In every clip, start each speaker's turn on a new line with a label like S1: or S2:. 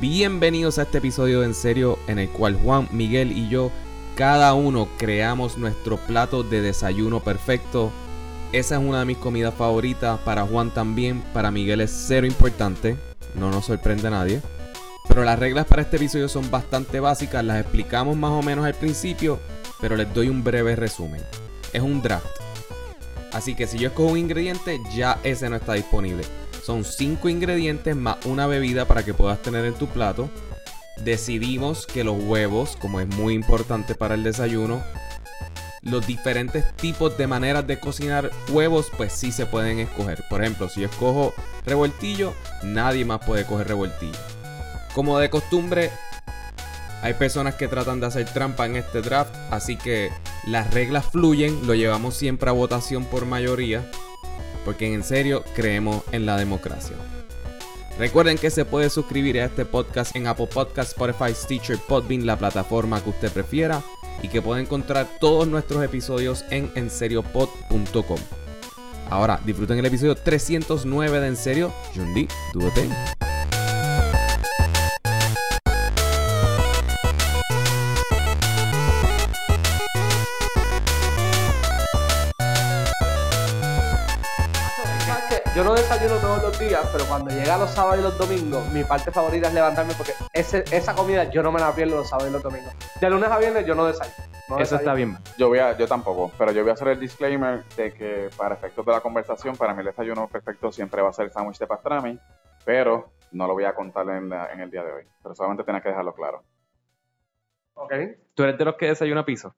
S1: Bienvenidos a este episodio de En Serio en el cual Juan, Miguel y yo, cada uno creamos nuestro plato de desayuno perfecto. Esa es una de mis comidas favoritas, para Juan también, para Miguel es cero importante, no nos sorprende a nadie. Pero las reglas para este episodio son bastante básicas, las explicamos más o menos al principio, pero les doy un breve resumen. Es un draft. Así que si yo escojo un ingrediente, ya ese no está disponible. Son 5 ingredientes más una bebida para que puedas tener en tu plato. Decidimos que los huevos, como es muy importante para el desayuno, los diferentes tipos de maneras de cocinar huevos, pues sí se pueden escoger. Por ejemplo, si yo escojo revoltillo, nadie más puede coger revoltillo. Como de costumbre, hay personas que tratan de hacer trampa en este draft, así que las reglas fluyen, lo llevamos siempre a votación por mayoría, porque en serio creemos en la democracia. Recuerden que se puede suscribir a este podcast en Apple Podcasts, Spotify, Stitcher, Podbean, la plataforma que usted prefiera, y que puede encontrar todos nuestros episodios en enseriopod.com. Ahora, disfruten el episodio 309 de En Serio, Yundi, Duote.
S2: Yo no desayuno todos los días, pero cuando llega los sábados y los domingos, mi parte favorita es levantarme porque ese- esa comida yo no me la pierdo los sábados y los domingos. De lunes a viernes yo no desayuno. no
S3: Eso está
S2: desayuno.
S3: bien.
S4: Yo voy a, yo tampoco, pero yo voy a hacer el disclaimer de que para efectos de la conversación, para mí el desayuno perfecto siempre va a ser el sándwich de pastrami, pero no lo voy a contar en, la- en el día de hoy. Pero solamente tenía que dejarlo claro.
S2: Ok.
S3: ¿Tú eres de los que desayuna piso?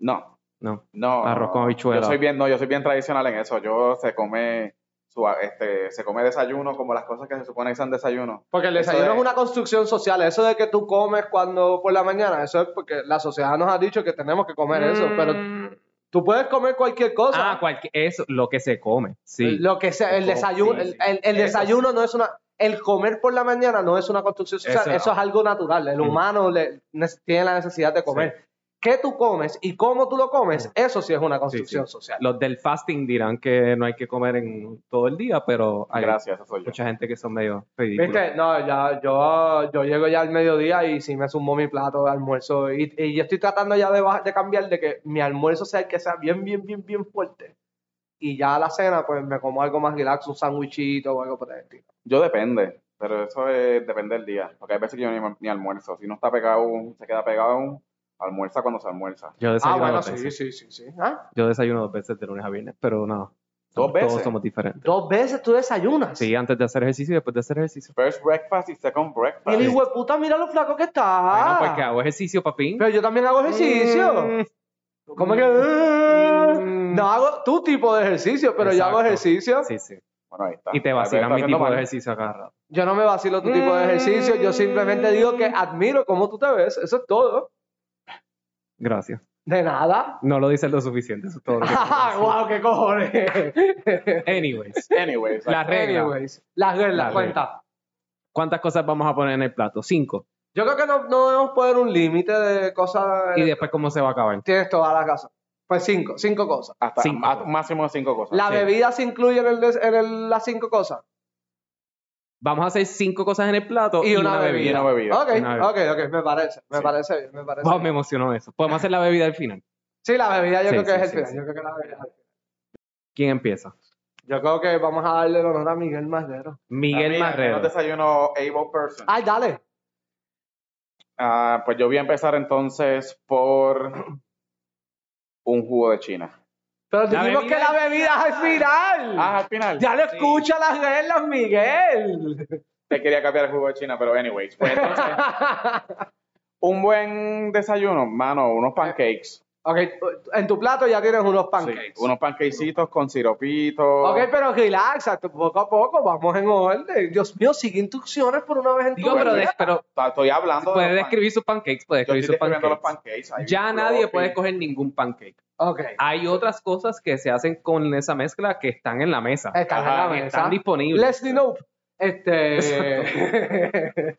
S4: No,
S3: No.
S4: no.
S3: Arroz con habichuela.
S4: Yo soy bien, no, yo soy bien tradicional en eso. Yo se come, su- este, se come desayuno como las cosas que se supone que sean desayuno.
S2: Porque el
S4: Eso
S2: desayuno
S4: es-
S2: es una construcción social. Eso de que tú comes cuando por la mañana, eso es porque la sociedad nos ha dicho que tenemos que comer eso.
S4: Mm.
S3: Mm.
S2: Pero tú puedes comer cualquier cosa.
S3: Ah, cualquier, eso, lo que se come. Sí.
S2: Lo que sea, el
S4: Como-
S2: desayuno,
S4: sí,
S2: el,
S4: sí.
S2: el- el
S4: Eso
S2: desayuno no es una. El comer por la mañana no es una construcción social, eso,
S3: Eso no.
S2: es algo natural. El
S3: Mm.
S2: humano le- ne- tiene la necesidad de comer. ¿Qué tú comes y cómo tú lo comes?
S3: Mm.
S2: Eso sí es una construcción social.
S3: Los del fasting dirán que no hay que comer en todo el día, pero hay
S4: Gracias, eso soy yo.
S3: mucha gente que son medio ridículos.
S2: ¿Viste? No, ya, yo, yo llego ya al mediodía y sí me sumo mi plato de almuerzo. Y, y yo estoy tratando ya de, baj- de cambiar de que mi almuerzo sea el que sea bien, bien, bien, bien fuerte. Y ya a la cena, pues me como algo más relax, un sándwichito o algo por el estilo.
S4: Yo depende, pero eso es- depende del día. Porque hay veces que yo ni, ni almuerzo. Si no está pegado, se queda pegado, almuerza cuando se almuerza.
S3: Yo desayuno
S2: Ah, bueno,
S3: dos
S2: sí,
S3: veces.
S2: sí, sí, sí. ¿Ah?
S3: Yo desayuno dos veces de lunes a viernes, pero no.
S4: ¿Dos
S3: Todos
S4: veces?
S3: somos diferentes.
S2: Dos veces tú desayunas.
S3: Sí, antes de hacer ejercicio y después de hacer ejercicio.
S4: First breakfast y second
S2: Y el
S4: breakfast.
S2: hijo de puta, mira lo flaco que está.
S3: Bueno, pues que hago ejercicio, papín.
S2: Ah. Pero yo también hago ejercicio.
S3: Mm.
S2: ¿Cómo que? No hago tu tipo de ejercicio, pero yo hago
S3: Exacto.
S2: ejercicio.
S3: Sí, sí.
S4: Bueno, ahí está.
S3: Y te
S4: Tal vez
S3: vacilan
S4: está
S3: mi
S4: haciendo
S3: tipo de
S4: mal.
S3: ejercicio a cada rato.
S2: Yo no me vacilo tu tipo de ejercicio. Yo simplemente digo que admiro cómo tú te ves. Eso es todo.
S3: Gracias.
S2: De nada.
S3: No lo dices lo suficiente, eso es todo lo que
S2: wow, qué cojones.
S3: Anyways,
S4: Anyways,
S3: la regla.
S2: Anyways, las
S3: La
S2: reglas,
S3: regla.
S2: cuenta.
S3: ¿Cuántas cosas vamos a poner en el plato? Cinco.
S2: Yo creo que no, no debemos poner un límite de cosas.
S3: ¿Y después cómo se va a acabar?
S2: Tienes toda la casa. Pues cinco, cinco cosas.
S4: hasta
S3: Cinco.
S4: ma- un máximo de cinco cosas.
S2: ¿La
S3: Sí.
S2: bebida se incluye en, el des- en el- las cinco cosas?
S3: Vamos a hacer cinco cosas en el plato y, una, bebida.
S4: Y una bebida.
S2: Ok,
S3: Una bebida.
S2: ok, ok, me parece, me
S4: Sí.
S2: parece bien, me parece
S3: Wow, me
S2: bien.
S3: emocionó eso. Podemos hacer la bebida al final.
S2: Sí, la bebida yo
S3: Sí,
S2: creo que
S3: sí,
S2: es el
S3: sí,
S2: final,
S3: sí.
S2: yo creo que la bebida es el final.
S3: ¿Quién empieza?
S2: Yo creo que vamos a darle el honor a Miguel Marrero.
S3: Miguel
S4: Amiga,
S3: Marrero.
S4: No desayuno able person.
S2: Ay, Ah, dale.
S4: Ah, pues yo voy a empezar entonces por un jugo de China.
S2: Pero
S3: La
S2: dijimos que
S3: bebida
S2: la
S3: es-
S2: bebida es al final.
S4: Ah, al final.
S2: ya lo escucha las reglas, Miguel.
S4: Te quería cambiar el jugo de China, pero anyways. Pues entonces, un buen desayuno, mano, unos pancakes.
S2: ok, tú- en tu plato ya tienes unos pancakes.
S4: Sí, unos panquecitos con siropitos.
S2: Ok, pero relaxa, tú poco a poco, vamos en orden. Dios mío, sigue instrucciones por una vez en tu
S3: Digo, pero, de-
S2: vida.
S3: pero
S4: Ta- Estoy hablando de
S3: puede
S4: los pan-
S3: describir sus pancakes. Puede
S4: Yo
S3: describir
S4: estoy
S3: sus
S4: describiendo los
S3: pancakes.
S4: pancakes. Hay
S3: Ya
S4: un
S3: nadie
S4: floppy.
S3: puede escoger ningún pancake.
S2: Ok,
S3: Hay otras cosas que se hacen con esa mezcla que están en la mesa.
S2: están en la
S4: Ajá,
S2: mesa.
S3: Están disponibles.
S2: Leslie Nope. Este.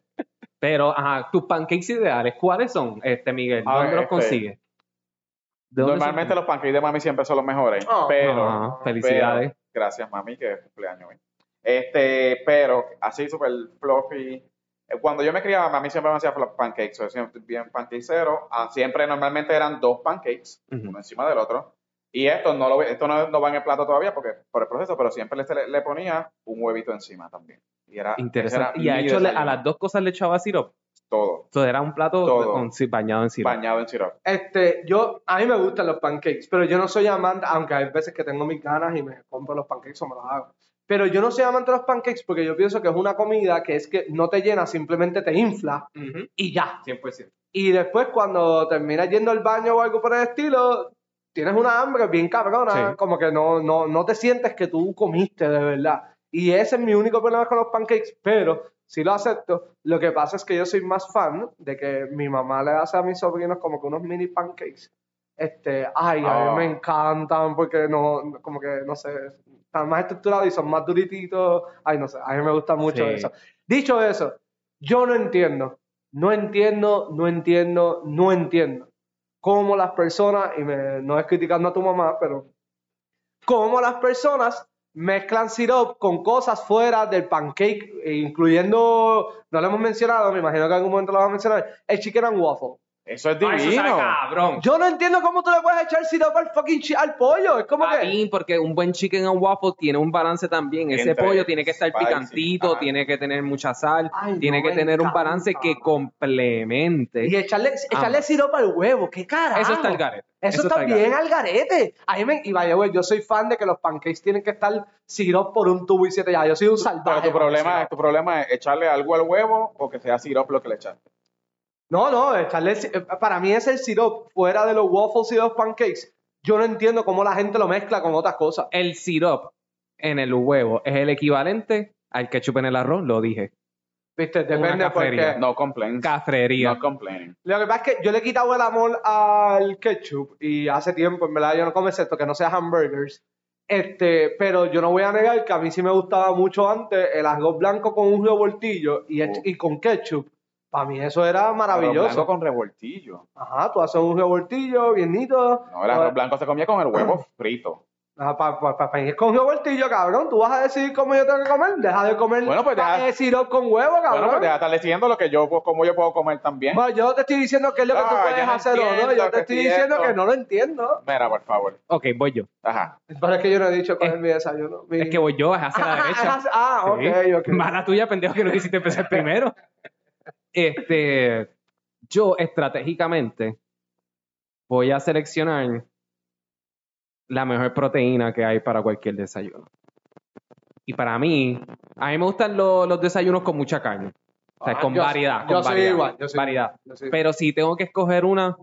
S3: Pero, ajá, tus pancakes ideales, ¿cuáles son, este Miguel?
S4: A
S3: ¿Dónde
S4: ver,
S3: los
S4: este,
S3: consigues? ¿De dónde
S4: Normalmente
S3: son?
S4: los pancakes de mami siempre son los mejores.
S2: Oh.
S4: pero.
S3: Ajá,
S4: pero-
S3: felicidades.
S4: gracias, mami, que es cumpleaños hoy. Este, pero así súper fluffy, Eh, Cuando yo me criaba, a mí siempre me hacía fla- pancakes. Yo siempre bien panquicero. Ah, siempre normalmente eran dos pancakes,
S3: Mm.
S1: Ujú.
S4: uno encima del otro. Y esto no lo ve- esto no, no va en el plato todavía porque por el proceso, pero siempre le, se le- le ponía un huevito encima también. Y era
S3: Interesante.
S4: ese era
S3: Y a,
S4: mi
S3: hecho, le- a
S4: desayuno.
S3: las dos cosas le echaba sirope.
S4: todo
S3: Entonces era un plato
S4: Todo.
S3: con, sí, bañado en sirope.
S4: bañado en sirope.
S2: Este, yo, a mí me gustan los pancakes, pero yo no soy amante, aunque hay veces que tengo mis ganas y me compro los pancakes o me los hago. Pero yo no soy amante de los pancakes porque yo pienso que es una comida que es que no te llena, simplemente te infla y ya.
S3: 100%.
S2: Y después cuando terminas yendo al baño o algo por el estilo, tienes una hambre bien cabrona,
S3: Sí.
S2: como que no, no, no te sientes que tú comiste de verdad. Y ese es mi único problema con los pancakes, pero si lo acepto, lo que pasa es que yo soy más fan de que mi mamá le hace a mis sobrinos como que unos mini pancakes. Este, ay, a
S4: Ah.
S2: mí me encantan porque no, como que, no sé, están más estructurados y son más durititos. Ay, no sé, a mí me gusta mucho
S3: Sí.
S2: eso. Dicho eso, yo no entiendo, no entiendo, no entiendo, no entiendo cómo las personas, y me- no es criticando a tu mamá, pero cómo las personas mezclan sirope con cosas fuera del pancake, e incluyendo, no lo hemos mencionado, me imagino que en algún momento lo vamos a mencionar, el chicken and waffle.
S4: Eso es
S3: Ay, eso sabe
S4: divino.
S3: cabrón.
S2: Yo no entiendo cómo tú le puedes echar sirope al fucking chi- al pollo, es como que...
S3: Patín, porque un buen chicken and waffle tiene un balance también. Ese
S4: Entre
S3: pollo tiene que estar
S4: spicy,
S3: picantito,
S4: ajá.
S3: tiene que tener mucha sal,
S2: Ay,
S3: tiene
S2: no,
S3: que
S2: me
S3: tener un
S2: encanta.
S3: balance que complemente.
S2: Y echarle, echarle
S3: Ama.
S2: sirope al huevo, qué carajo.
S3: Eso está el garete.
S2: Eso, está
S3: el
S2: bien
S3: garete.
S2: al garete. A mí me, y vaya, güey, yo soy fan de que los pancakes tienen que estar sirope por un tubo y siete ya. Yo soy un salvaje.
S4: Pero tu
S2: con
S4: problema,
S2: el
S4: es, tu problema es echarle algo al huevo o que sea sirope lo que le echaste.
S2: No, no, echarle el si- eh, para mí es el sirope fuera de los waffles y los pancakes. Yo no entiendo cómo la gente lo mezcla con otras cosas.
S3: El sirope en el huevo es el equivalente al ketchup en el arroz, lo dije.
S2: Viste, depende pues,
S3: Una
S2: porque
S3: cafetería.
S4: No complain.
S3: Cafrería.
S4: No complaining.
S2: Lo que pasa es que yo le he quitado el amor al ketchup y hace tiempo, en verdad, yo no como excepto que no sea hamburgers. Este, pero yo no voy a negar que a mí sí me gustaba mucho antes el arroz blanco con un revoltillo y, et-
S4: Oh.
S2: y con ketchup. Para mí eso era
S4: Arroz blanco
S2: maravilloso.
S4: con revoltillo.
S2: Ajá, tú haces un revoltillo bien nítido.
S4: No, el arroz blanco se comía con el huevo frito.
S2: Para con revoltillo, cabrón. Tú vas a decidir cómo yo tengo que comer. Deja de comer
S4: Bueno, pues deja-
S2: eh, sirope con huevo, cabrón.
S4: Bueno, pues ya está diciendo lo que yo, como yo puedo comer también.
S2: Bueno, yo te estoy diciendo qué es lo que tú
S4: Ah, yo
S2: puedes
S4: no
S2: hacer o no.
S4: entiendo,
S2: Yo te
S4: que
S2: estoy
S4: si
S2: diciendo
S4: esto-
S2: que no lo entiendo.
S4: Mira, por favor.
S3: Ok, voy yo.
S4: Ajá.
S2: Pero es que yo no he dicho cuál es mi desayuno. Mi-
S3: Es que voy yo, es hacia la
S2: Ah,
S3: derecha.
S2: ah, Ah, ok,
S3: Sí.
S2: ok.
S3: Mala tuya, pendejo, que no quisiste empezar primero. Este, yo estratégicamente voy a seleccionar la mejor proteína que hay para cualquier desayuno. Y para mí, a mí me gustan lo- los desayunos con mucha carne. O sea,
S2: Ah,
S3: con
S2: yo-
S3: variedad.
S2: yo
S3: con
S2: soy
S3: variedad,
S2: igual, yo soy
S3: variedad.
S2: Yo soy-
S3: Pero si tengo que escoger una,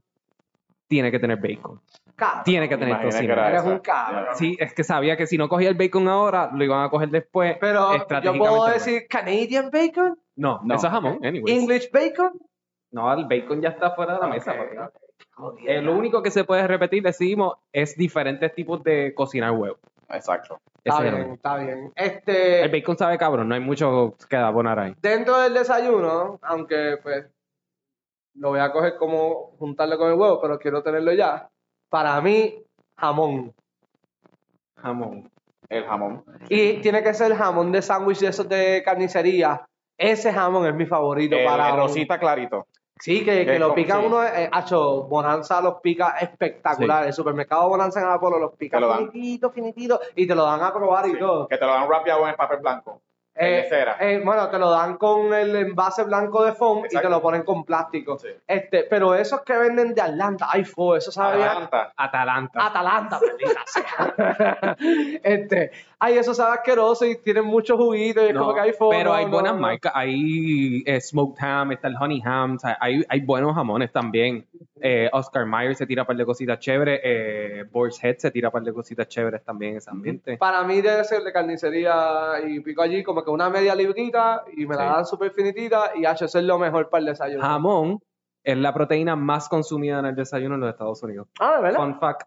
S3: tiene que tener bacon.
S2: Cabrón,
S3: Tiene que tener
S4: Imagina que
S3: tocino.
S4: era
S2: Eres
S4: esa.
S2: un cabrón.
S3: Sí, es que sabía que si no cogía el bacon ahora, lo iban a coger después.
S2: Pero yo
S3: estratégicamente
S2: puedo
S3: mal.
S2: decir Canadian bacon,
S3: No,
S4: No.
S3: eso es jamón, anyways.
S2: English bacon.
S3: No, el bacon ya está fuera de la mesa. papi.
S2: Joder.
S3: Eh, lo único que se puede repetir, decidimos, es diferentes tipos de cocinar huevo.
S4: Exacto.
S3: Ese
S2: Está
S3: es el
S2: bien,
S3: único.
S2: está bien.
S3: el
S2: Este,
S3: bacon sabe cabrón, no hay mucho que abonar ahí.
S2: dentro del desayuno, aunque pues lo voy a coger como juntarlo con el huevo, pero quiero tenerlo ya. Para mí, jamón.
S3: Jamón.
S4: El jamón.
S2: Y tiene que ser jamón de sándwich de esos de carnicería. Ese jamón es mi favorito
S4: El,
S2: para
S4: el
S2: un-
S4: rosita clarito.
S2: Sí, que, que
S4: Es
S2: lo
S4: como-
S2: pican
S4: sí.
S2: uno, eh, hacho, Bonanza los pica espectacular. El supermercado Bonanza en Apolo los pica
S4: Te lo dan.
S2: finitito, finitito, y te lo dan a probar y todo.
S4: Que te lo dan rapeado en el papel blanco. en
S2: Eh,
S4: lecera.
S2: eh, bueno, te lo dan con el envase blanco de foam y
S4: Exacto.
S2: te lo ponen con plástico.
S4: Sí.
S2: Este, pero esos que venden de Atlanta, ay, fo, eso sabía.
S4: Atlanta.
S3: Atalanta.
S2: Atalanta, maldita sea. este, ay, eso sabe asqueroso y tienen mucho juguito y es
S3: No,
S2: como que hay fo.
S3: pero
S2: no,
S3: hay
S2: no,
S3: buenas
S2: no.
S3: marcas, hay eh, smoked ham, está el honey ham, o sea, hay, hay buenos jamones también. Eh, Oscar Mayer se tira un par de cositas chéveres, eh, Boar's Head se tira un par de cositas chéveres también en ese ambiente.
S2: Para mí debe ser de carnicería y pico allí como que una media librita y me la
S3: Sí. Ah,
S2: dan súper finitita y hacho, eso es lo mejor para el desayuno.
S3: Jamón es la proteína más consumida en el desayuno en los Estados Unidos.
S2: Ah, ¿de verdad?
S3: Fun fact.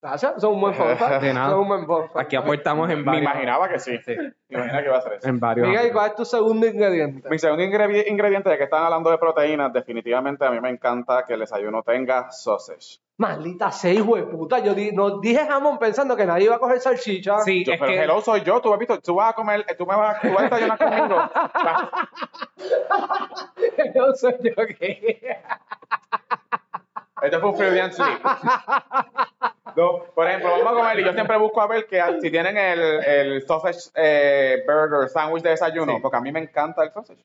S2: Gracias, son un buen fun fact.
S3: De nada.
S2: Son un buen fun fact.
S3: Aquí aportamos en
S4: Me
S3: varios.
S4: imaginaba que sí.
S3: Sí,
S4: Me imaginaba que iba a ser eso.
S3: en varios.
S2: Miguel, ¿cuál es tu segundo ingrediente?
S4: Mi segundo ingrevi- ingrediente, ya que están hablando de proteínas, definitivamente a mí me encanta que el desayuno tenga sausage.
S2: Maldita sea, hijo de puta. Yo di- no, dije jamón pensando que nadie iba a coger salchicha.
S3: Sí,
S4: Yo,
S3: es
S4: pero
S3: que
S4: hello, soy yo, tú has visto, tú vas a comer, tú me vas, tú vas a desayunar conmigo. Vas-
S2: no soy yo que.
S4: Este fue un Freudian slip. No, por ejemplo, vamos a comer y yo siempre busco a ver que si tienen el, el sausage eh, burger, sándwich de desayuno, porque a mí me encanta el sausage.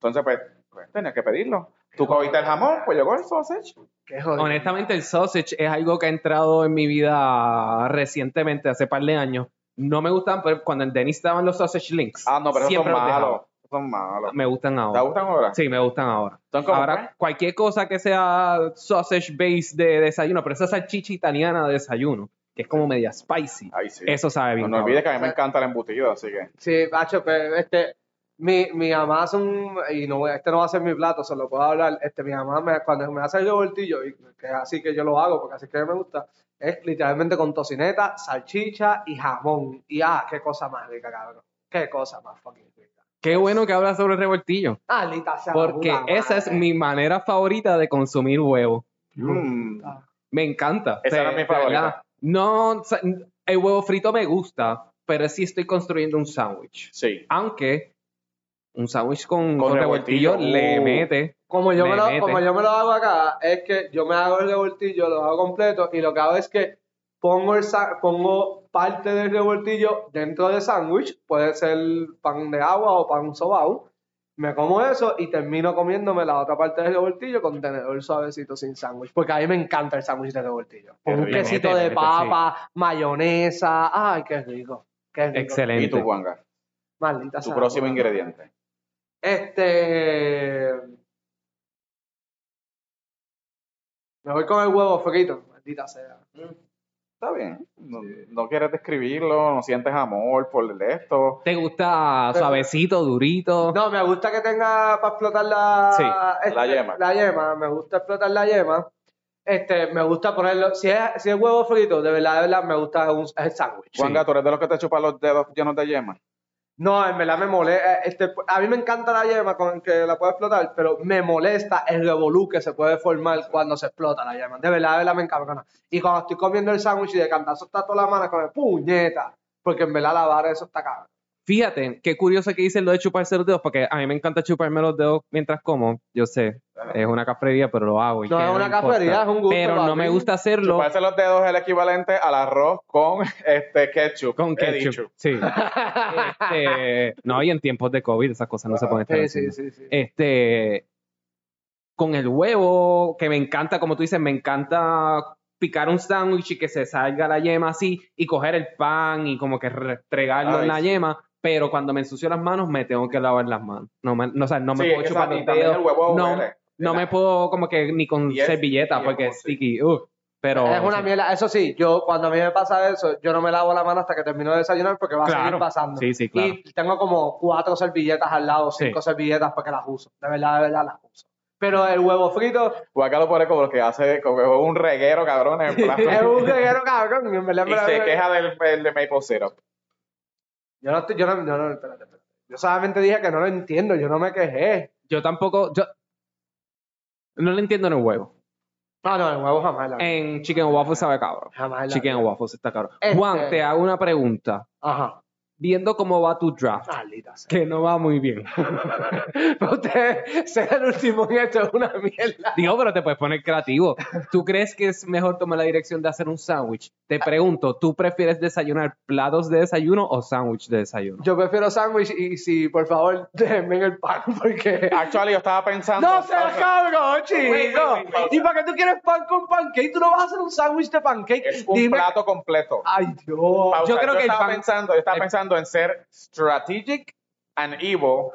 S4: Entonces, pues, pues, tenía que pedirlo. Tú cogiste el jamón, pues llegó el sausage.
S2: Qué jodido.
S3: honestamente el sausage es algo que ha entrado en mi vida recientemente, hace par de años. No me gustaban, pero cuando en Dennis estaban los sausage links.
S4: Ah, no, pero esos son
S3: siempre los dejaba.
S4: malos. Esos Son malos.
S3: Me gustan
S4: ¿Te
S3: ahora.
S4: gustan ahora?
S3: Sí, me gustan ahora.
S4: Son como
S3: ahora, cualquier cosa que sea sausage base de desayuno, pero esa salchicha italiana de desayuno, que es como media spicy,
S4: Ay, sí.
S3: eso sabe
S4: No,
S3: bien.
S4: no
S3: cabrón.
S4: olvides que a mí me encanta el embutido, así que.
S2: Sí, macho, pero este, mi, mi mamá hace un, y no, este no va a ser mi plato, se lo puedo hablar, este, mi mamá me- cuando me hace el voltillo, y que es así que yo lo hago, porque así que me gusta, es literalmente con tocineta, salchicha y jamón, y ah, qué cosa más rica, cabrón, qué cosa más fucking rica.
S3: Qué bueno que hablas sobre el revoltillo,
S2: Alita sea la
S3: porque
S2: puta
S3: esa es
S2: madre.
S3: mi manera favorita de consumir huevo.
S4: mm,
S2: Ah.
S3: Me encanta.
S4: Esa era mi
S3: de
S4: favorita.
S3: verdad. No, o sea, el huevo frito me gusta, pero sí estoy construyendo un sándwich.
S4: sí.
S3: Aunque un sándwich con,
S4: Con
S3: con revoltillo,
S4: revoltillo,
S3: le
S4: uh.
S3: mete.
S2: Como yo,
S3: Me
S2: me lo,
S3: mete.
S2: como yo me lo hago acá, es que yo me hago el revoltillo, lo hago completo y lo que hago es que pongo, el, sa- pongo parte del revoltillo dentro del sándwich, puede ser pan de agua o pan sobao, me como eso y termino comiéndome la otra parte del revoltillo con tenedor suavecito sin sándwich, porque a mí me encanta el sándwich de revoltillo.
S4: Qué
S2: Con un
S4: rico.
S2: quesito
S3: Mete,
S2: de
S3: mete,
S2: papa, mayonesa, ay, qué rico. Qué rico.
S3: Excelente.
S4: Y tu Juanga,
S2: Maldita
S4: tu
S2: sea.
S4: próximo ingrediente.
S2: Este. Me voy con el huevo frito, maldita sea.
S4: Mm. Está bien. No, no quieres describirlo, no sientes amor por el esto.
S3: ¿Te gusta suavecito, durito?
S2: No, me gusta que tenga para explotar la,
S3: Sí,
S2: este,
S4: la yema.
S2: La yema, me gusta explotar la yema. Este, me gusta ponerlo. Si es, si es huevo frito, de verdad, de verdad, me gusta un, es el sándwich.
S4: Juanga, tú eres de los que te chupan los dedos llenos de yema.
S2: No, en verdad me molesta. Este, a mí me encanta la yema con que la puedo explotar, pero me molesta el revolú que se puede formar cuando se explota la yema. De verdad, de verdad me encanta. Y cuando estoy comiendo el sándwich y de cantazo está toda la mano con el puñeta, porque en verdad la vara eso está caro.
S3: Fíjate, qué curioso que dicen lo de chuparse los dedos, porque a mí me encanta chuparme los dedos mientras como. Yo sé, es una cafrería, pero lo hago. y
S2: No
S3: que
S2: es una
S3: me importa.
S2: cafrería, es un gusto.
S3: Pero no
S2: papi.
S3: me gusta hacerlo
S4: Chuparse los dedos es el equivalente al arroz con este ketchup.
S3: con
S4: he dicho.
S3: ketchup. Sí. Este, no, y en tiempos de COVID esas cosas no se pueden estar
S2: Sí,
S3: haciendo.
S2: sí, sí. sí.
S3: este con el huevo, que me encanta, como tú dices, me encanta picar un sándwich y que se salga la yema así y coger el pan y como que restregarlo
S4: Ay,
S3: en la
S4: sí.
S3: yema, pero cuando me ensucio las manos me tengo que lavar las manos. No, me, no, o sea, no me
S4: Sí,
S3: puedo
S4: exacto,
S3: chupar
S4: y
S3: los
S4: también
S3: dedos,
S4: el huevo
S3: no,
S4: huele.
S3: no me puedo como que ni con
S4: Y es- pues,
S3: servilleta
S4: y es
S3: porque
S4: como
S3: es sticky, uh, pero
S2: es una mierda, eso sí, yo cuando a mí me pasa eso, yo no me lavo la mano hasta que termino de desayunar porque va a
S3: Claro.
S2: seguir pasando.
S3: Sí, sí, claro.
S2: Y tengo como cuatro servilletas al lado,
S3: Sí.
S2: cinco servilletas porque las uso. De verdad, de verdad las uso. Pero el huevo frito
S4: Juanga lo pone como lo que hace como un reguero, cabrón, en el
S2: es
S4: plato.
S2: un reguero cabrón. En verdad, en
S4: y
S2: verdad, en
S4: se
S2: verdad.
S4: queja del, del de maple syrup.
S2: Yo no estoy, yo no, yo no, espérate, espérate. Yo solamente dije que no lo entiendo, yo no me quejé.
S3: yo tampoco yo no le entiendo en el huevo.
S2: No, Ah, no, el huevo jamás. en la vida.
S3: En chicken and waffle sabe cabrón.
S2: jamás. en la
S3: Chicken
S2: vida.
S3: and waffles está cabrón.
S2: Este-
S3: Juan, te hago una pregunta.
S2: Ajá.
S3: viendo cómo va tu draft,
S2: Maldita sea.
S3: que no va muy bien.
S2: Pero usted ser el último en esto es una mierda.
S3: Digo, pero te puedes poner creativo. ¿Tú crees que es mejor tomar la dirección de hacer un sándwich? Te pregunto, ¿tú prefieres desayunar platos de desayuno o sándwich de desayuno?
S2: Yo prefiero sándwich y si, por favor, déjenme en el pan porque...
S4: Actually, yo estaba pensando.
S2: ¡No seas cabrón, chico!
S4: wait, wait.
S2: ¿Y para qué tú quieres pan con pancake? ¿Tú no vas a hacer un sándwich de pancake?
S4: Es un
S2: Dime-
S4: plato completo.
S2: ¡Ay, Dios!
S4: Pausa.
S3: yo creo que el
S4: estaba
S3: pan-
S4: pensando, yo estaba
S3: el-
S4: pensando en ser strategic and evil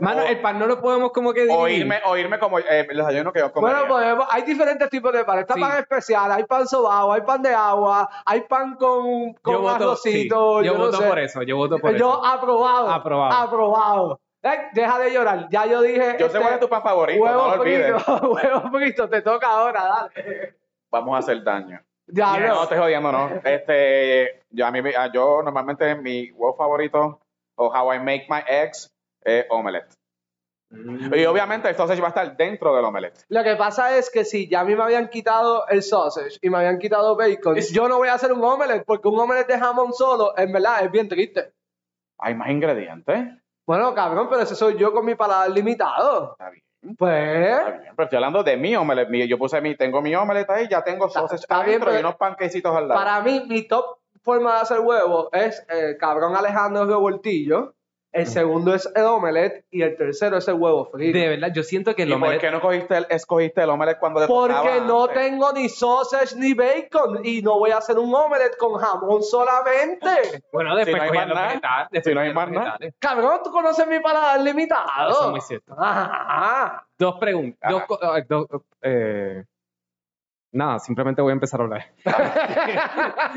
S3: Mano, el pan no lo podemos como que
S4: o
S3: dividir.
S4: irme, o irme como eh, el desayuno que yo comería.
S2: Bueno, pues, podemos, hay diferentes tipos de pan. Está
S3: Sí.
S2: pan especial, hay pan sobao, hay pan de agua, hay pan con,
S3: yo
S2: con
S3: voto,
S2: arrocito.
S3: sí, yo
S2: no
S3: voto
S2: sé.
S3: por eso, yo voto por
S2: Yo
S3: eso.
S2: aprobado.
S3: Aprobado.
S2: Aprobado. Eh, deja de llorar. Ya yo dije. este
S4: yo sé cuál es tu pan favorito, no lo olvides.
S2: frito, huevo frito, te toca ahora, dale.
S4: Vamos a hacer daño.
S2: Diablo.
S4: no, estoy jodiendo, no. Este, yo, a mí, me- a- yo normalmente mi huevo favorito, o how I make my eggs, es omelette.
S2: Mm.
S4: Y obviamente el sausage va a estar dentro del omelette.
S2: Lo que pasa es que si ya a mí me habían quitado el sausage y me habían quitado bacon, yo no voy a hacer un omelette porque un omelette de jamón solo, en verdad, es bien triste.
S4: Hay más ingredientes.
S2: Bueno, cabrón, pero ese soy yo con mi paladar limitado.
S4: Está bien.
S2: Pues,
S4: Está bien, pero estoy hablando de mi omelette. Mi- Yo puse mi, tengo mi omelette ahí, ya tengo sausage
S2: está bien,
S4: adentro y
S2: pero-
S4: unos panquecitos al lado.
S2: para mí, mi top forma de hacer huevo es el cabrón Alejandro Revoltillo, el segundo es el omelette y el tercero es el huevo frito.
S3: Mm. De verdad, yo siento que
S4: ¿Y
S3: el
S4: por
S3: omelette-
S4: qué no cogiste el, escogiste el omelette cuando te
S2: Porque
S4: tocaba
S2: no
S4: antes?
S2: tengo ni sausage ni bacon y no voy a hacer un omelette con jamón solamente.
S3: Bueno, después
S4: Si no hay
S3: cogían
S4: más
S3: los
S4: nada,
S3: vegetales.
S4: si
S3: después
S4: no hay
S3: cogían los
S4: más nada.
S3: vegetales.
S2: Cabrón, tú conoces mi paladar limitado.
S3: Eso es muy cierto.
S2: Ajá.
S3: Dos preguntas. Dos,
S4: Ajá.
S3: co- eh, dos, eh, nada, simplemente voy a empezar a hablar.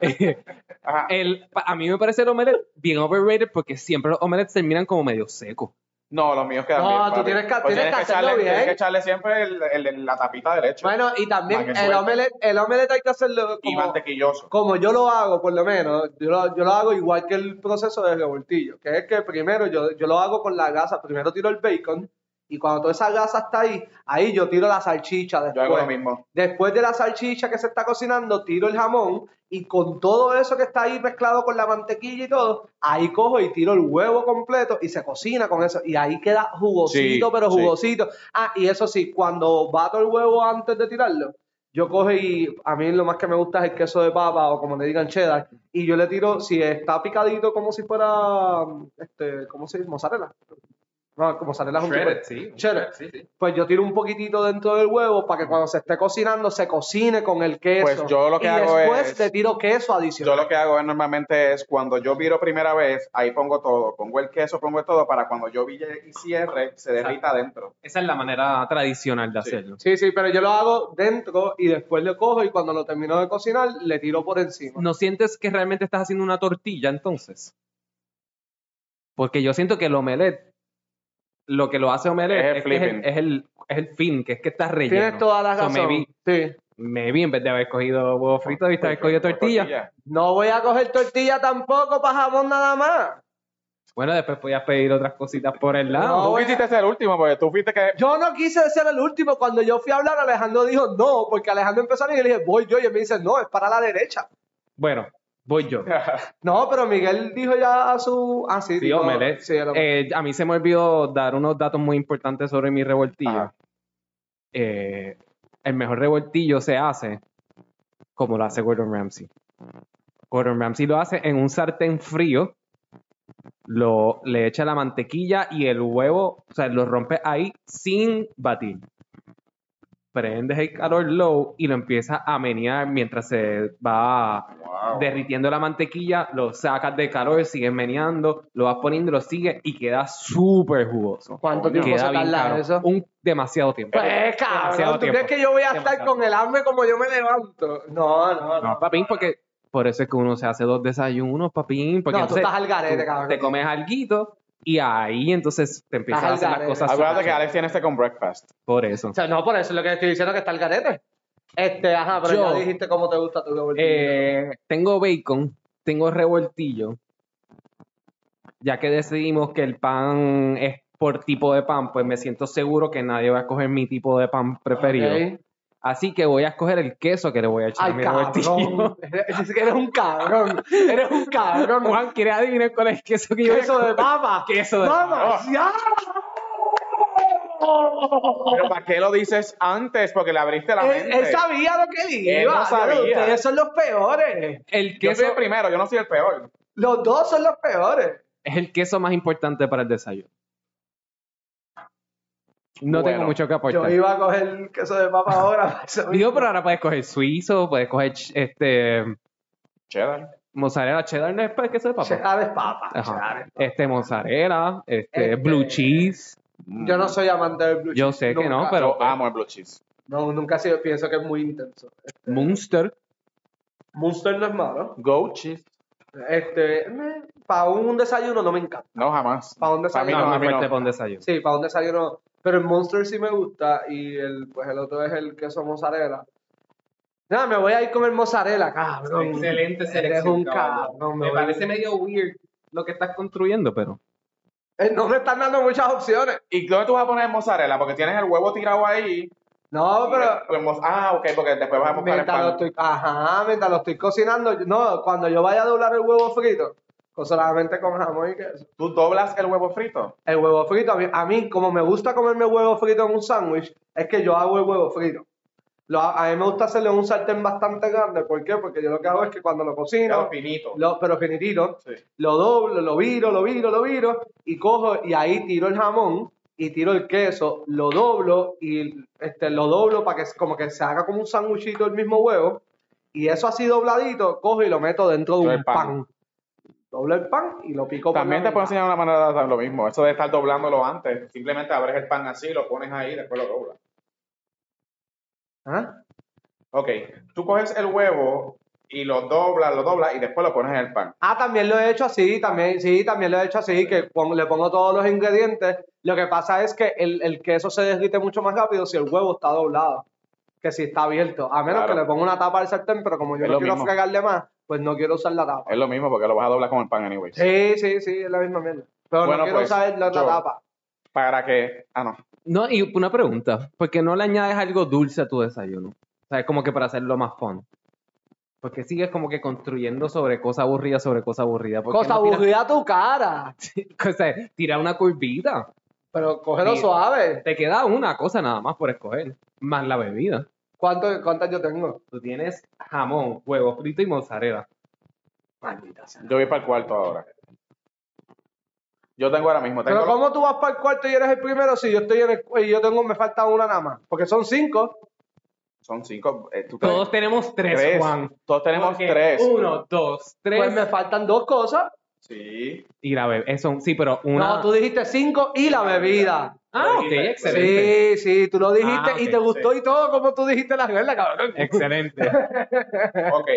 S3: Eh,
S4: Ajá.
S3: El- pa- a mí me parece el omelette bien overrated porque siempre los omelettes terminan como medio secos.
S4: No, los míos quedan
S2: No,
S4: bien.
S2: tú
S4: papi.
S2: tienes que-
S4: Pues
S2: tienes que hacerlo
S4: echarle,
S2: bien.
S4: Tienes que echarle siempre el- el- la tapita de leche
S2: Bueno, y también
S4: Más que
S2: el
S4: suelto.
S2: omelette, el omelette hay que hacerlo
S4: y
S2: como,
S4: mantequilloso.
S2: como yo lo hago, por lo menos. Yo lo, yo lo hago igual que el proceso del revoltillo, que es que primero yo, yo lo hago con la gasa. Primero tiro el bacon y cuando toda esa gasa está ahí, ahí yo tiro la salchicha
S4: Yo
S2: después.
S4: hago lo mismo.
S2: Después de la salchicha que se está cocinando, tiro el jamón y con todo eso que está ahí mezclado con la mantequilla y todo, ahí cojo y tiro el huevo completo y se cocina con eso. Y ahí queda jugosito,
S4: Sí,
S2: pero
S4: sí.
S2: jugosito. Ah, y eso sí, cuando bato el huevo antes de tirarlo, yo cojo y a mí lo más que me gusta es el queso de papa o como le digan cheddar. Y yo le tiro, si está picadito como si fuera, este, ¿cómo se dice? Mozzarella. No, como mozzarella es un tipo de-
S3: sí.
S2: Shredded.
S3: Sí, sí.
S2: pues yo tiro un poquitito dentro del huevo para que cuando se esté cocinando se cocine con el queso.
S4: Pues yo lo que
S2: y
S4: hago
S2: después
S4: es-
S2: le tiro queso
S4: Yo
S2: adicional.
S4: lo que hago es, normalmente es cuando yo viro primera vez, ahí pongo todo. Pongo el queso, pongo todo para cuando yo vire y cierre, se derrita adentro.
S3: Esa es la manera tradicional de
S4: Sí.
S3: hacerlo.
S2: Sí, sí, pero yo lo hago dentro y después lo cojo y cuando lo termino de cocinar le tiro por encima.
S3: ¿No sientes que realmente estás haciendo una tortilla entonces? Porque yo siento que el omelette, lo que lo hace
S4: Es
S3: omelette
S4: el
S3: es, que es el,
S4: flipping.
S3: es, el, es el fin, que es que estás relleno.
S2: Tienes toda la
S3: So,
S2: razón.
S3: maybe-
S2: Sí.
S3: Maybe en vez de haber cogido huevo frito, debiste haber cogido tortilla.
S2: No voy a coger tortilla tampoco para jamón nada más.
S3: Bueno, después podías pedir otras cositas por el lado.
S2: No,
S4: Tú
S2: voy a-
S4: quisiste ser el último porque tú fuiste que...
S2: Yo no quise ser el último. Cuando yo fui a hablar, Alejandro dijo no, porque Alejandro empezó a leer y yo le dije voy yo y él me dice no, es para la derecha.
S3: Bueno, voy yo.
S2: No, pero Miguel dijo ya a su. Ah, sí,
S3: Sí,
S2: dijo-
S3: omelette.
S2: Sí, el omelette.
S3: Eh, a mí se me olvidó dar unos datos muy importantes sobre mi revoltillo.
S4: Ajá.
S3: Eh, el mejor revoltillo se hace como lo hace Gordon Ramsay. Gordon Ramsay lo hace en un sartén frío. Lo, le echa la mantequilla y el huevo, o sea, lo rompe ahí sin batir. Prendes el calor low y lo empiezas a menear mientras se va
S4: Wow.
S3: derritiendo la mantequilla, lo sacas de calor, sigues meneando, lo vas poniendo, lo sigues y queda súper jugoso.
S2: ¿Cuánto
S4: Coño,
S2: tiempo
S3: Queda
S2: se
S3: bien
S2: tarda
S3: caro.
S2: eso?
S3: Un demasiado tiempo.
S2: Pues,
S3: demasiado
S2: cabrón, ¿tú
S3: tiempo.
S2: crees que yo voy a estar
S3: Demasiado.
S2: con el hambre como yo me levanto? No, no, no.
S3: No, papín, porque por eso es que uno se hace dos desayunos, papín, porque
S2: no, tú
S3: entonces
S2: estás al garete,
S3: tú
S2: cabrón.
S3: te comes alguito y ahí entonces te empiezas
S2: Estás
S3: a
S2: al
S3: hacer las
S2: garete.
S3: cosas
S4: Acuérdate
S3: súper
S4: que Alex tiene este con breakfast.
S3: por eso.
S2: O sea, no, por eso es lo que estoy diciendo que está al garete. Este, ajá, pero
S3: Yo-
S2: ya dijiste cómo te gusta tu revoltillo.
S3: Eh, tengo bacon, tengo revoltillo. Ya que decidimos que el pan es por tipo de pan, pues me siento seguro que nadie va a escoger mi tipo de pan preferido.
S2: Ok.
S3: Así que voy a escoger el queso que le voy a echar a
S2: Ay,
S3: mi
S2: cabrón.
S3: revoltillo.
S2: Es que eres un cabrón. Eres un cabrón.
S3: Juan, ¿quieres adivinar cuál es el queso que yo voy a
S2: Queso de papa.
S3: escoger? Queso de
S2: ¡Vamos! ¡Ya!
S4: Pero ¿para qué lo dices antes? Porque le abriste la
S2: Él,
S4: mente.
S2: él sabía lo que iba.
S4: Él no
S2: Ya,
S4: sabía.
S2: Ustedes son los peores.
S3: El
S4: Yo soy
S3: queso
S4: el primero, yo no soy el peor.
S2: Los dos son los peores.
S3: es el queso más importante para el desayuno. No
S4: Bueno,
S3: tengo mucho que
S2: Yo
S3: aportar.
S2: iba a coger queso de papa ahora. eso
S3: Digo,
S2: mismo.
S3: pero ahora puedes coger suizo, puedes coger ch- este
S4: Cheddar.
S3: mozzarella cheddar, no es para el queso de papa.
S2: Cheddar es papa.
S3: Ajá.
S2: cheddar es-
S3: Este mozzarella, este,
S2: Este-
S3: blue cheese.
S2: Mm. Yo no soy amante del blue cheese.
S3: Yo sé que no,
S2: nunca.
S3: pero-
S4: Yo amo el blue cheese.
S2: No, nunca he sido. Pienso que es muy intenso.
S3: Munster.
S2: Monster no es malo.
S4: Goat cheese.
S2: Este, para un desayuno no me encanta.
S4: No, jamás.
S2: ¿Para dónde
S4: Para mí
S2: salió? pues,
S3: No,
S4: no, a
S3: más
S4: mí no.
S3: fuerte para un desayuno.
S2: Sí, para un desayuno. Pero el Monster sí me gusta y el, pues el otro es el queso mozzarella. Nada, me voy a ir con el mozzarella, cabrón.
S3: Excelente
S2: Eres
S3: selección.
S2: un
S3: cabrón.
S2: cabrón.
S3: Me
S2: voy.
S3: parece medio weird lo que estás construyendo, pero.
S2: Eh, No me están dando muchas opciones.
S4: ¿Y dónde tú vas a poner mozzarella? Porque tienes el huevo tirado ahí.
S2: No, pero...
S4: Pues moz- ah, ok, porque después vas a buscar el
S2: Mientras lo
S4: pan.
S2: estoy, ajá, mientras lo estoy cocinando, yo- no, cuando yo vaya a doblar el huevo frito, con solamente con jamón y queso.
S4: Tú doblas el huevo frito.
S2: El huevo frito, a mí, a mí, como me gusta comerme huevo frito en un sándwich, es que yo hago el huevo frito. Lo ha- a mí me gusta hacerlo en un sartén bastante grande. ¿Por qué? Porque yo lo que hago es que cuando lo
S4: Claro,
S2: cocino,
S4: finito.
S2: lo- pero finitito,
S4: Sí.
S2: lo doblo, lo viro, lo viro, lo viro, y cojo, y ahí tiro el jamón, y tiro el queso, lo doblo, y este, lo doblo para que s- como que se haga como un sándwichito el mismo huevo, y eso así dobladito, cojo y lo meto dentro de
S4: Todo
S2: un
S4: el pan.
S2: pan. Doblo el pan y lo pico por la
S4: También te puedo
S2: mitad.
S4: enseñar una manera de hacer lo mismo. Eso de estar doblándolo antes. Simplemente abres el pan así, lo pones ahí y después lo doblas.
S2: ¿Ah?
S4: Ok, tú coges el huevo y lo doblas, lo doblas y después lo pones en el pan.
S2: Ah, también lo he hecho así, también, sí, también lo he hecho así, que pon- le pongo todos los ingredientes. Lo que pasa es que el, el queso se derrite mucho más rápido si el huevo está doblado, que si está abierto. A menos
S4: Claro.
S2: que le ponga una tapa al sartén, pero como yo
S4: Es
S2: no
S4: lo
S2: quiero
S4: mismo.
S2: fregarle más, pues no quiero usar la tapa.
S4: Es lo mismo porque lo vas a doblar con el pan anyways.
S2: Sí, sí, sí, es la misma mierda. Pero
S4: Bueno,
S2: no quiero
S4: pues,
S2: usar la, la
S4: yo-
S2: tapa.
S4: Para que... Ah, no.
S3: No, y una pregunta. ¿Por qué no le añades algo dulce a tu desayuno? O sea, es como que para hacerlo más fun. Porque sigues como que construyendo sobre cosa aburrida, sobre cosa aburrida. ¿Por qué
S2: Cosa
S3: no tiras-
S2: aburrida tu cara,
S3: O sea, tira una curvita.
S2: pero cógelo
S3: Sí.
S2: suave.
S3: Te queda una cosa nada más por escoger. Más la bebida.
S2: ¿Cuánto, ¿Cuántas yo tengo?
S3: Tú tienes jamón, huevo frito y mozzarella.
S2: Maldita sea.
S4: Yo voy para el cuarto ahora. Yo tengo ahora mismo. Tengo
S2: Pero ¿cómo tú vas para el cuarto y eres el primero si yo estoy en el cu- y yo tengo, me falta una nada más? Porque son cinco.
S4: Son cinco. eh, tú
S3: Todos tenemos tres,
S4: tres. Tres.
S3: Juan.
S4: Todos tenemos
S3: Porque
S4: tres.
S2: Uh.
S3: Uno, dos, tres.
S2: Pues me faltan dos cosas.
S4: Sí.
S3: Y la bebida. Eso, sí, pero una.
S2: No, tú dijiste cinco y la bebida.
S3: Ah, ok,
S4: dijiste.
S3: excelente.
S2: Sí, sí, tú lo dijiste
S3: Ah,
S2: y
S3: ok,
S2: te gustó y todo como tú dijiste la regla, cabrón.
S3: Excelente.
S4: Ok.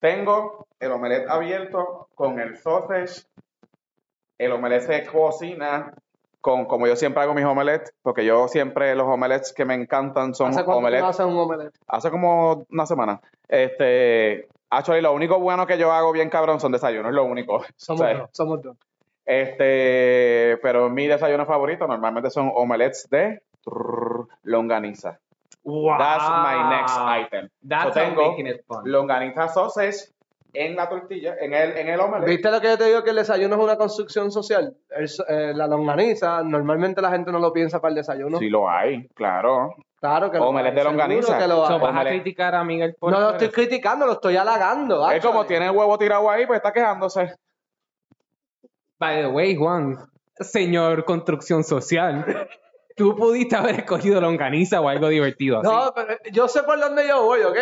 S4: Tengo el omelette abierto con el sausage. El omelette se cocina con, como yo siempre hago mis omelettes, porque yo siempre los omelettes que me encantan son
S2: ¿Hace cuánto tú
S4: omelettes.
S2: haces un omelette?
S4: Hace como una semana. Este, actually, lo único bueno que yo hago bien cabrón son desayunos, es lo único.
S2: Somos
S4: Sí.
S2: dos, somos dos.
S4: Este, pero mi desayuno favorito normalmente son omelettes de trrr, longaniza.
S3: Wow.
S4: That's my next item.
S3: That's
S4: Yo tengo
S3: how making it fun.
S4: Longaniza sausage en la tortilla, en el, en el omelette.
S2: ¿Viste lo que yo te digo que el desayuno es una construcción social? El so- eh, la longaniza, normalmente la gente no lo piensa para el desayuno.
S4: Sí lo hay, claro.
S2: Claro que
S4: Omelette de
S2: seguro
S4: longaniza.
S2: que lo hay.
S3: So, ¿Vas a
S4: Omelette.
S3: criticar a Miguel por
S2: No lo
S3: por
S2: estoy
S3: eso?
S2: criticando, lo estoy halagando.
S4: Es como
S2: actually.
S4: tiene el huevo tirado ahí, pues está quejándose.
S3: By the way, Juan, señor construcción social, tú pudiste haber escogido longaniza o algo divertido así.
S2: No, pero yo sé por dónde yo voy, ¿ok?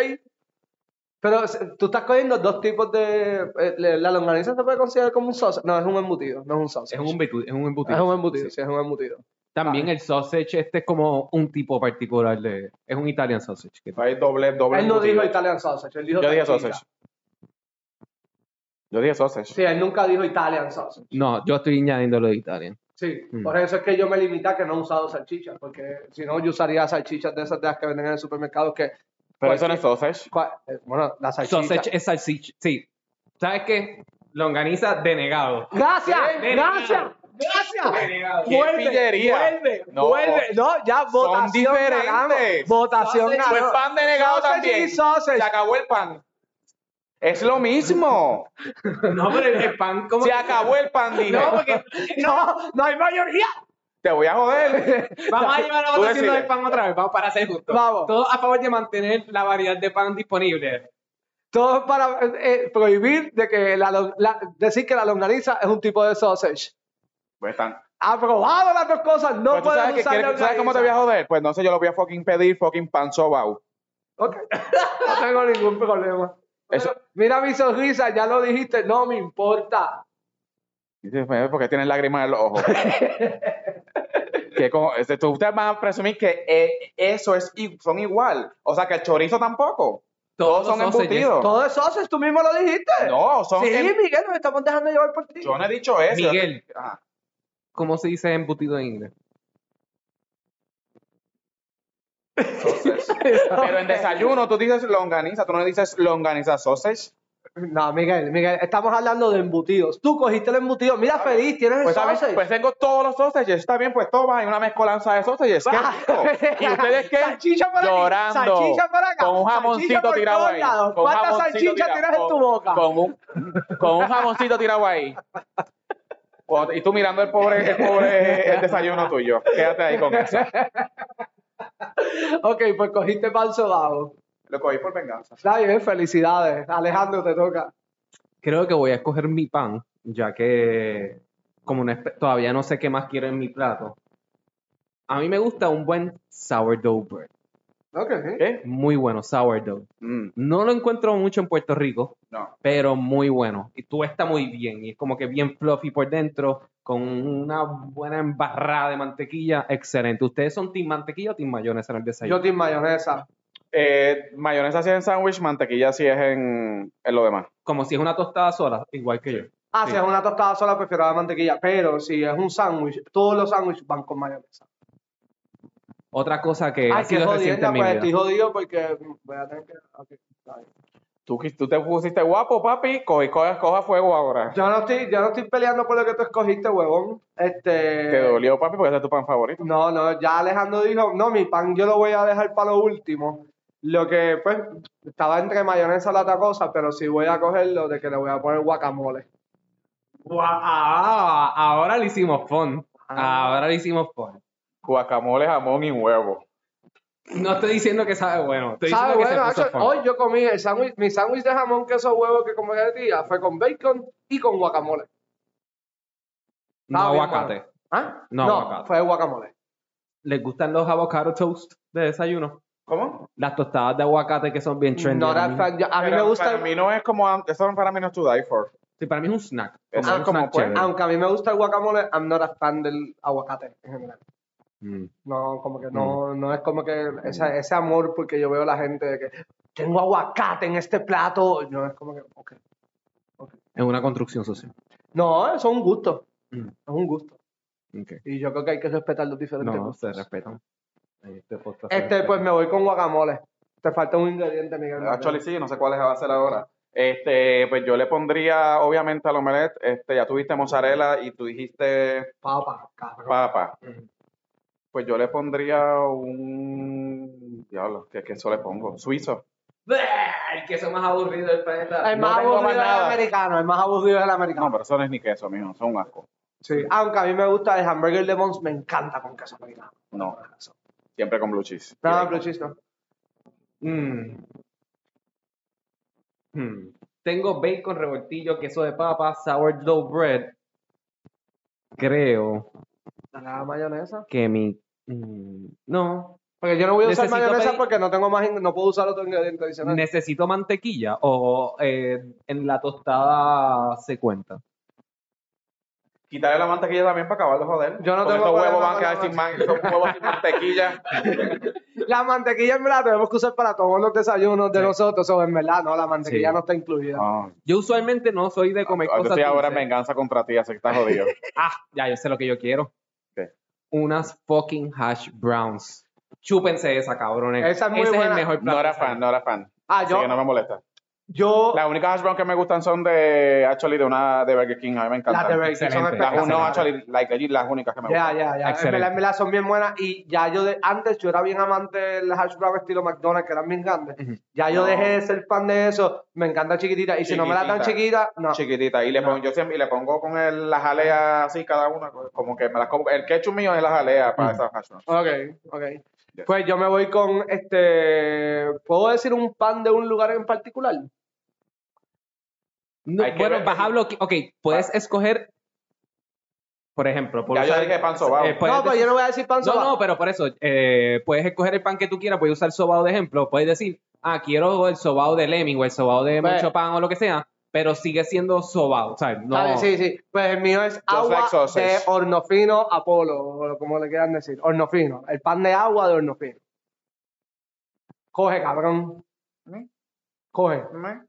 S2: Pero s- tú estás cogiendo dos tipos de... eh, le- La longaniza se puede considerar como un sausage. No, es un embutido, no es un sausage.
S3: es un embutido. Es un embutido.
S2: Es un embutido,
S3: Sí.
S2: sí, es un embutido.
S3: También el sausage, este es como un tipo particular de... Es un Italian sausage. que-
S4: Hay doble, doble.
S2: Él no
S4: embutido.
S2: dijo Italian sausage, él dijo
S4: Yo dije
S2: salchicha.
S4: sausage. Yo dije sausage.
S2: Sí, él nunca dijo Italian sausage.
S3: No, yo estoy añadiendo lo de Italian.
S2: Sí,
S3: Mm.
S2: por eso es que yo me limité a que no he usado salchichas, porque si no yo usaría salchichas de esas de las que venden en el supermercado que...
S4: Pero eso no es sausage.
S2: cua- eh, Bueno, la salchicha...
S3: Sausage es salchicha. Sí. ¿Sabes qué? Longaniza denegado.
S2: ¡Gracias!
S3: Ven,
S2: ¡Gracias!
S3: ven,
S2: ¡Gracias!
S3: Denegado.
S4: ¿Qué pillería?
S2: vuelve,
S4: No.
S2: vuelve. No, ya
S4: Son
S2: votación ganamos.
S4: diferentes.
S2: Votación
S3: Sausage,
S2: ganamos.
S4: Pues pan denegado
S2: Sausage
S4: también.
S2: y sausage.
S4: Se acabó el pan. Es lo mismo.
S3: No, pero el- el pan como...
S4: Se
S3: que-
S4: acabó el pan, dije.
S3: No, porque
S2: No, no hay mayoría.
S4: Te voy a joder.
S3: vamos a llevar la
S4: Tú
S3: votación
S4: decides.
S3: del pan otra vez. Vamos para ser justos.
S2: Vamos.
S3: Todo a favor de mantener la variedad de pan disponible.
S2: Todo para eh, eh, prohibir de que la, lo- la- decir que la longaniza es un tipo de sausage.
S4: Pues están.
S2: Aprobado las dos cosas. No
S4: Pues tú
S2: puedes
S4: sabes, que
S2: usar
S4: quieres- tú sabes cómo te voy a joder? Pues no sé, yo lo voy a fucking pedir fucking pan sobao.
S2: Ok. no tengo ningún problema.
S4: Eso-
S2: Mira mi sonrisa, ya lo dijiste, no me importa.
S4: Dices, "Pues, Porque tienen lágrimas en los ojos. que como, este, tú- ustedes van a presumir que eh, eso es i- son igual. O sea, que el chorizo tampoco. Todos, son
S3: sausages.
S4: embutidos.
S2: Todo es sausage, tú mismo lo dijiste.
S4: No, son.
S2: sí,
S4: em-
S2: Miguel, nos estamos dejando llevar por ti.
S4: Yo no he dicho eso.
S3: Miguel.
S4: Ajá.
S3: ¿Cómo se dice embutido en inglés?
S4: Sausage. Pero en desayuno tú dices longaniza, tú no dices longaniza sausage.
S2: No, Miguel, Miguel, estamos hablando de embutidos. Tú cogiste el embutido. Mira, feliz, tienes el
S4: Pues, está bien,
S2: sausage.
S4: pues tengo todos los sausages, está bien, pues toma, hay una mezcolanza de sausages, qué rico. ¿Y ustedes qué?
S2: Salchicha para
S4: Llorando.
S2: aquí, salchicha para acá.
S4: Con un
S2: salchicha
S4: jamoncito
S2: por
S4: tirado
S2: todos
S4: ahí.
S2: lados.
S4: Con un
S2: ¿Cuántas
S4: jamoncito
S2: salchichas
S4: tirado-
S2: tienes en tu boca?
S4: Con un, con un jamoncito tirado ahí. Cuando- Y tú mirando el pobre, el pobre el desayuno tuyo. Quédate ahí con eso.
S2: Ok, pues cogiste pan solado.
S4: Lo cogí por venganza.
S2: Está bien, felicidades. Alejandro, te toca.
S3: Creo que voy a escoger mi pan, ya que como no espe- todavía no sé qué más quiero en mi plato. A mí me gusta un buen sourdough bread.
S2: Ok.
S4: ¿Qué?
S3: Muy bueno, sourdough.
S4: Mm,
S3: No lo encuentro mucho en Puerto Rico,
S4: no.
S3: pero muy bueno. Y tú está muy bien. Y es como que bien fluffy por dentro, con una buena embarrada de mantequilla. Excelente. ¿Ustedes son team mantequilla o team mayonesa en el desayuno?
S2: Yo team mayonesa.
S4: Eh, mayonesa sí es en sándwich, mantequilla sí es en, en lo demás.
S3: Como si es una tostada sola, igual que yo.
S2: Ah,
S3: Sí.
S2: si es una tostada sola, prefiero la mantequilla. Pero si es un sándwich, todos los sándwiches van con mayonesa.
S3: Otra cosa que ha
S2: Ay, qué
S3: sido reciente
S2: jodienda,
S3: en mi
S2: pues
S3: vida.
S2: estoy jodido porque voy a tener que... ok, está bien.
S4: Tú, quis- tú te pusiste guapo, papi, cogí, coja, coja fuego ahora.
S2: Yo no, estoy, yo no estoy peleando por lo que tú escogiste, huevón. Este...
S4: Te dolió, papi, porque ese es tu pan favorito.
S2: No, no, ya Alejandro dijo, no, mi pan yo lo voy a dejar para lo último. Lo que, pues, estaba entre mayonesa la otra cosa, pero sí voy a cogerlo de que le voy a poner guacamole.
S3: Guau, ah, ahora le hicimos fun.
S2: Ah.
S3: Ahora le hicimos fun.
S4: Guacamole, jamón y huevo.
S3: No estoy diciendo que sabe bueno. Estoy
S2: ¿Sabes?
S3: diciendo que
S2: Bueno,
S3: se puso
S2: Nacho,
S3: fun.
S2: hoy yo comí el sándwich, mi sándwich de jamón, queso, huevo que comí el día fue con bacon y con guacamole.
S3: no
S2: estaba bien
S3: aguacate.
S2: bueno. ¿Ah?
S3: No, aguacate.
S2: fue guacamole.
S3: ¿Les gustan los avocado toast de desayuno?
S4: ¿Cómo?
S3: Las tostadas de aguacate que son bien trendy.
S2: No
S3: ahora
S2: era
S3: mismo.
S2: tan- yo- a mí
S4: Pero
S2: me gusta, ah,
S4: Para mí no es como. an- Eso para mí no es to die for.
S3: Sí, para mí es un snack.
S2: Ah,
S4: Eso
S3: Como
S4: es
S3: un
S4: como,
S3: snack
S4: pues,
S3: chévere.
S2: aunque a mí me gusta el guacamole, I'm not a fan del aguacate en general.
S3: Mm.
S2: No, como que no, no es como que esa- ese amor porque yo veo a la gente de que tengo aguacate en este plato. No, es como que, ok.
S3: Es una construcción social.
S2: No, eso es un gusto.
S3: Mm.
S2: Es un gusto.
S3: Ok.
S2: Y yo creo que hay que respetar los diferentes
S3: No, se
S2: gustos.
S3: respetan. Este, podcast se
S2: Este,
S3: respeta.
S2: pues me voy con guacamole. Te falta un ingrediente, Miguel.
S4: Actually, sí, no sé cuál va a ser ahora. Este, pues yo le pondría, obviamente, al omelette, este, ya tuviste mozzarella y tú dijiste
S2: Papa, cabrón.
S4: papa.
S2: Ujú.
S4: Pues yo le pondría un... Diablo, ¿qué queso le pongo? Suizo.
S3: El queso más aburrido del planeta.
S2: El
S4: No
S2: más
S4: tengo más
S2: aburrido es el
S4: nada.
S2: americano, el más aburrido es el
S4: No,
S2: americano.
S4: pero eso no es ni queso, mijo, son un asco.
S2: Sí, aunque a mí me gusta el hamburger de Mons, me encanta con queso americano.
S4: No, siempre con blue cheese.
S2: No, pero chis, no.
S3: Mm. Hmm. Tengo bacon, revoltillo, queso de papa, sourdough bread. Creo
S2: La mayonesa.
S3: que mi... mm, No.
S2: Porque yo no voy a usar
S3: Necesito
S2: mayonesa
S3: pedir-
S2: porque no tengo más, in- no puedo usar otro ingrediente adicional.
S3: Necesito mantequilla o eh, en la tostada se cuenta.
S4: Quitarle la mantequilla también para acabar de joder.
S2: Yo no
S4: Porque
S2: tengo
S4: esos huevos
S2: problema
S4: van a
S2: con
S4: quedar
S2: la
S4: sin, man- esos huevos sin mantequilla.
S2: La mantequilla en verdad la tenemos que usar para todos los desayunos de
S3: Sí.
S2: nosotros, o en verdad, no, la mantequilla
S3: Sí.
S2: no está incluida.
S4: Ah,
S3: Yo usualmente no soy de comer
S4: yo
S3: cosas
S4: estoy ahora en
S3: dulces.
S4: venganza contra ti, así que estás jodido.
S3: Ah, ya yo sé lo que yo quiero.
S4: ¿Qué?
S3: Unas fucking hash browns. Chúpense esa, cabrones.
S2: Esa es muy
S3: Ese es el
S2: buena.
S3: mejor plato
S4: No era
S3: de desayuno.
S4: fan, no era fan.
S2: Ah,
S4: Así
S2: yo,
S4: que no me molesta.
S2: yo,
S4: Las únicas hash browns que me gustan son de actually de una de Burger King. A mí me encantan.
S2: las de Burger King son
S3: Excelente.
S4: Las- no,
S2: espectaculares.
S4: actually, like, allí las únicas que me
S2: Ya,
S4: gustan.
S2: ya, Eh, ya. En
S3: Excelente.
S2: verdad, en verdad son bien buenas. Y ya yo, de, antes yo era bien amante de las hash brown estilo McDonald's, que eran bien grandes.
S3: Ujú.
S2: Ya yo
S4: No.
S2: dejé de ser fan de eso. Me encanta chiquitita. Y si no me la dan chiquita, no.
S4: Chiquitita. Y le pongo, yo siempre, y le pongo con el, la jalea así cada una. Como que me las como. El ketchup mío es la jalea
S2: Mm.
S4: para esas hash browns.
S2: Ok, ok.
S4: Ya.
S2: Pues yo me voy con este. ¿Puedo decir un pan de un lugar en particular?
S3: No,
S4: Hay que
S3: bueno,
S4: ver- Ah.
S3: vas a bloque- Ok, puedes escoger. Por ejemplo, por
S4: Ya yo
S3: usar-
S4: dije pan sobao.
S3: eh, puedes
S2: no, pues
S3: decir-
S2: yo no voy a decir pan
S3: no,
S2: sobao.
S3: no, pero por eso. eh, puedes escoger el pan que tú quieras, puedes usar sobao de ejemplo. Puedes decir, ah, quiero el sobao de Lemming o el sobao de
S2: Pues-
S3: mucho pan o lo que sea, pero sigue siendo sobao. O sea, no.
S2: Está bien, sí, sí. Pues el mío es agua
S4: like sausage.
S2: de hornofino Apolo, o como le quieran decir. Hornofino. El pan de agua de hornofino. Coge, cabrón.
S4: ¿Mm?
S2: Coge.
S4: Me-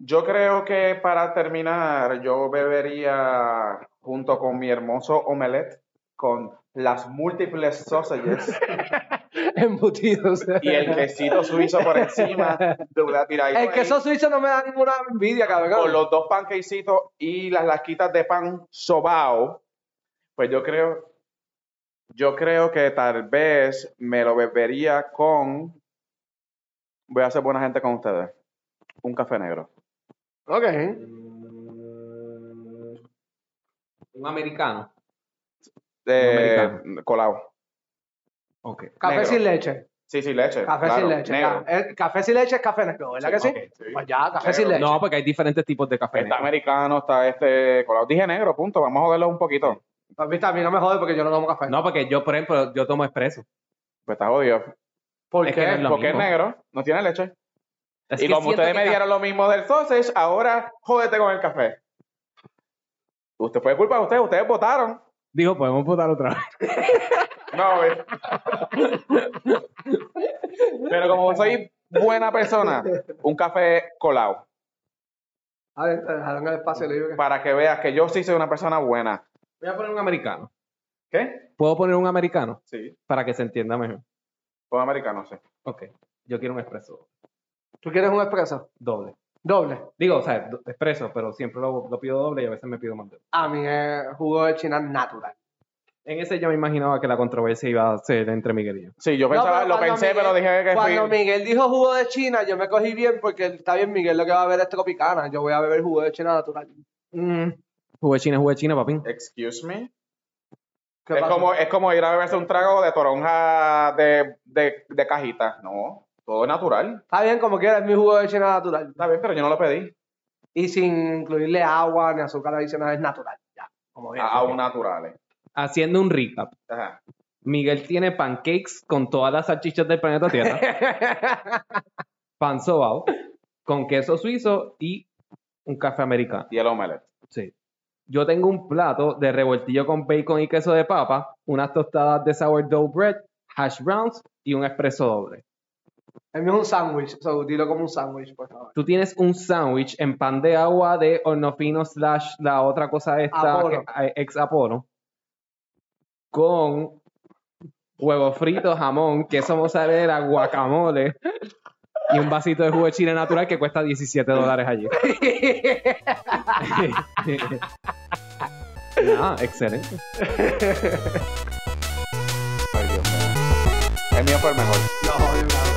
S4: Yo creo que para terminar, yo bebería junto con mi hermoso omelette con las múltiples sausages
S2: embutidos.
S4: Y el quesito suizo por encima de una tiradita.
S2: El
S4: ahí,
S2: queso suizo no me da ninguna envidia,
S4: Con
S2: cabrón.
S4: los dos panquecitos y las lasquitas de pan sobao. Pues yo creo. Yo creo que tal vez me lo bebería con. Voy a ser buena gente con ustedes. Un café negro.
S2: Ok.
S3: Un americano.
S4: Eh, colado.
S3: Ok.
S2: Café
S4: Negro.
S2: sin leche.
S4: Sí, sí, leche.
S2: Café
S4: claro,
S2: sin leche.
S4: negro.
S2: Ca- eh, café sin leche es café negro, ¿verdad que sí?
S4: Ok, sí.
S2: Pues ya, café
S4: Negro.
S2: sin leche.
S3: No, porque hay diferentes tipos de café.
S4: Está
S3: negro.
S4: americano, está este colado. Dije negro, punto. Vamos a joderlo un poquito.
S2: Pues A mí también no me jode porque yo no tomo café.
S3: No, porque yo, por ejemplo, yo tomo expreso.
S4: Pues está jodido.
S2: ¿Por
S3: es
S2: qué?
S3: que no es lo
S4: Porque
S3: mismo.
S4: es negro, no tiene leche.
S3: Es
S4: y
S3: que
S4: como
S3: siento
S4: ustedes
S3: que
S4: me
S3: ca-
S4: dieron lo mismo del sausage, ahora jódete con el café. Usted fue culpa de ustedes, ustedes votaron.
S3: Digo, podemos votar otra vez.
S4: No, güey. Pero como soy buena persona, un café colado.
S2: A ver, te dejaron el espacio libre.
S4: Para que veas que yo sí soy una persona buena.
S3: Voy a poner un americano.
S4: ¿Qué?
S3: ¿Puedo poner un americano?
S4: Sí.
S3: Para que se entienda mejor.
S4: Todo americano, sí.
S3: Ok. Yo quiero un expreso
S2: ¿Tú quieres un expreso?
S3: doble.
S2: Doble.
S3: Digo, o sea, do- expreso, pero siempre lo, lo pido doble y a veces me pido más de uno.
S2: A mí es jugo de China natural.
S3: En ese yo me imaginaba que la controversia iba a ser entre Miguel y yo.
S4: Sí, yo pensaba,
S2: pero
S4: lo
S2: cuando
S4: pensé,
S2: Miguel-
S4: pero dije que
S2: Cuando
S4: fui.
S2: Miguel dijo jugo de China, yo me cogí bien porque está bien, Miguel lo que va a beber es tropicana. Yo voy a beber jugo de China natural.
S3: Mm. Jugo de China, jugo de China, papín.
S4: Excuse me.
S2: ¿Qué
S4: Es
S2: pasa?
S4: como, es como ir a beberse un trago de toronja de, de, de cajita. No, todo es natural.
S2: Está bien, como quieras, es mi jugo de China natural.
S4: Está bien, pero yo no lo pedí.
S2: Y sin incluirle agua ni azúcar adicional, es natural. Ya, como bien.
S4: A- Aún naturales.
S3: Haciendo un recap.
S4: Ajá.
S3: Miguel tiene pancakes con todas las salchichas del planeta Tierra. pan sobao con queso suizo y un café americano.
S4: Y el omelette.
S3: Sí. Yo tengo un plato de revoltillo con bacon y queso de papa, unas tostadas de sourdough bread, hash browns y un espresso doble.
S2: El mío es un sándwich, so, dilo como un sándwich, por favor.
S3: Tú tienes un sándwich en pan de agua de hornofino slash la otra cosa esta
S2: Apolo.
S3: que- eh, ex Apolo con huevo frito, jamón, queso mozzarella, guacamole y un vasito de jugo de chile natural que cuesta 17 dólares allí. Ah, excelente.
S4: Ay, Dios mío. El mío fue el mejor.
S2: No, yo-